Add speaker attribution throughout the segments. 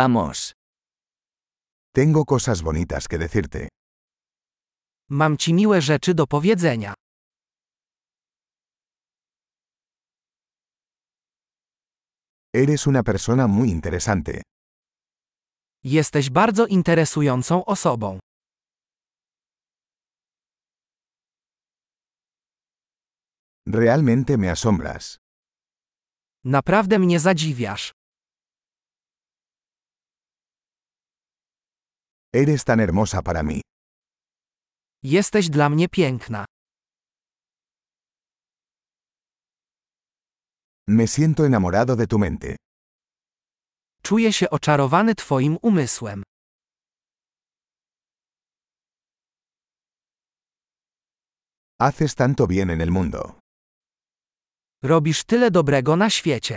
Speaker 1: Vamos.
Speaker 2: Tengo cosas bonitas que decirte.
Speaker 3: Mam ci miłe rzeczy do powiedzenia.
Speaker 2: Eres una persona muy interesante.
Speaker 3: Jesteś bardzo interesującą osobą.
Speaker 2: Realmente me asombras.
Speaker 3: Naprawdę mnie zadziwiasz.
Speaker 2: Eres tan hermosa para mí.
Speaker 3: Jesteś dla mnie piękna.
Speaker 2: Me siento enamorado de tu mente.
Speaker 3: Czuję się oczarowany Twoim umysłem.
Speaker 2: Haces tanto bien en el mundo.
Speaker 3: Robisz tyle dobrego na świecie.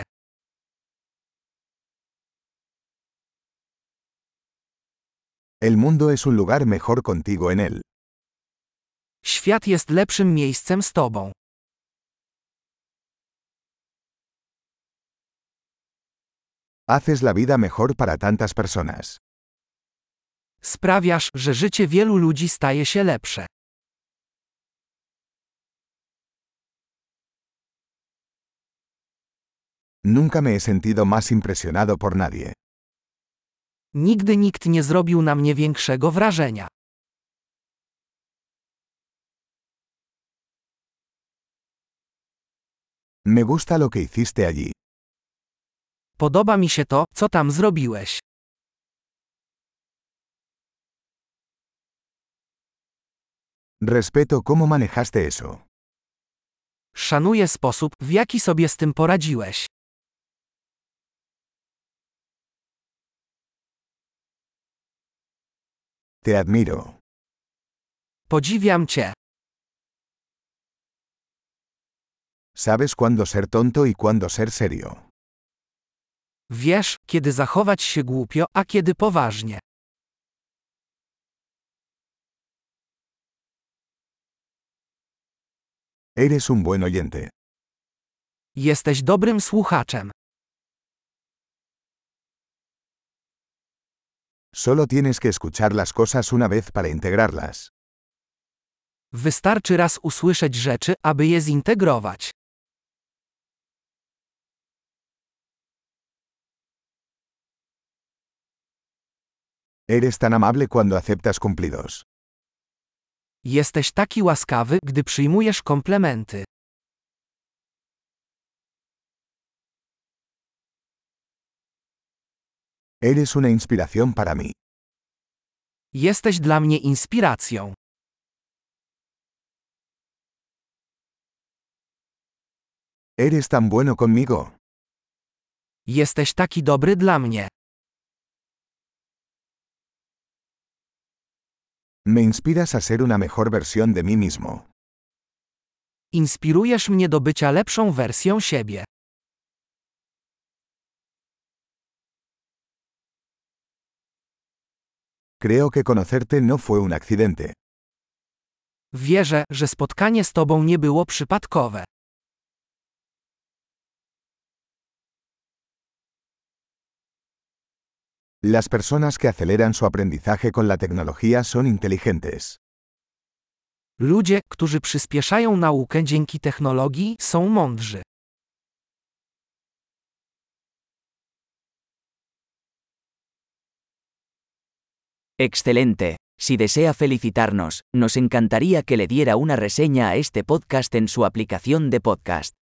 Speaker 2: El mundo es un lugar mejor contigo en él.
Speaker 3: Świat jest lepszym miejscem z Tobą.
Speaker 2: Haces la vida mejor para tantas personas.
Speaker 3: Sprawiasz, że życie wielu ludzi staje się lepsze.
Speaker 2: Nunca me he sentido más impresionado por nadie.
Speaker 3: Nigdy nikt nie zrobił na mnie większego wrażenia.
Speaker 2: Me gusta lo que hiciste allí.
Speaker 3: Podoba mi się to, co tam zrobiłeś.
Speaker 2: Respeto cómo manejaste eso.
Speaker 3: Szanuję sposób, w jaki sobie z tym poradziłeś.
Speaker 2: Te admiro.
Speaker 3: Podziwiam Cię.
Speaker 2: Sabes cuándo ser tonto y cuándo ser serio.
Speaker 3: Wiesz, kiedy zachować się głupio, a kiedy poważnie.
Speaker 2: Eres un buen oyente.
Speaker 3: Jesteś dobrym słuchaczem.
Speaker 2: Solo tienes que escuchar las cosas una vez para integrarlas.
Speaker 3: Wystarczy raz usłyszeć rzeczy, aby je zintegrować.
Speaker 2: Eres tan amable cuando aceptas cumplidos.
Speaker 3: Jesteś taki łaskawy, gdy przyjmujesz komplementy.
Speaker 2: Eres una inspiración para mí.
Speaker 3: Jesteś dla mnie inspiracją.
Speaker 2: Eres tan bueno conmigo.
Speaker 3: Jesteś taki dobry dla mnie.
Speaker 2: Me inspiras a ser una mejor versión de mí mismo.
Speaker 3: Inspirujesz mnie do bycia lepszą wersją siebie.
Speaker 2: Creo que conocerte no fue un accidente.
Speaker 3: Wierzę, że spotkanie z Tobą nie było przypadkowe.
Speaker 2: Las personas que aceleran su aprendizaje con la tecnología son inteligentes.
Speaker 3: Ludzie, którzy przyspieszają naukę dzięki technologii, są mądrzy.
Speaker 1: Excelente. Si desea felicitarnos, nos encantaría que le diera una reseña a este podcast en su aplicación de podcast.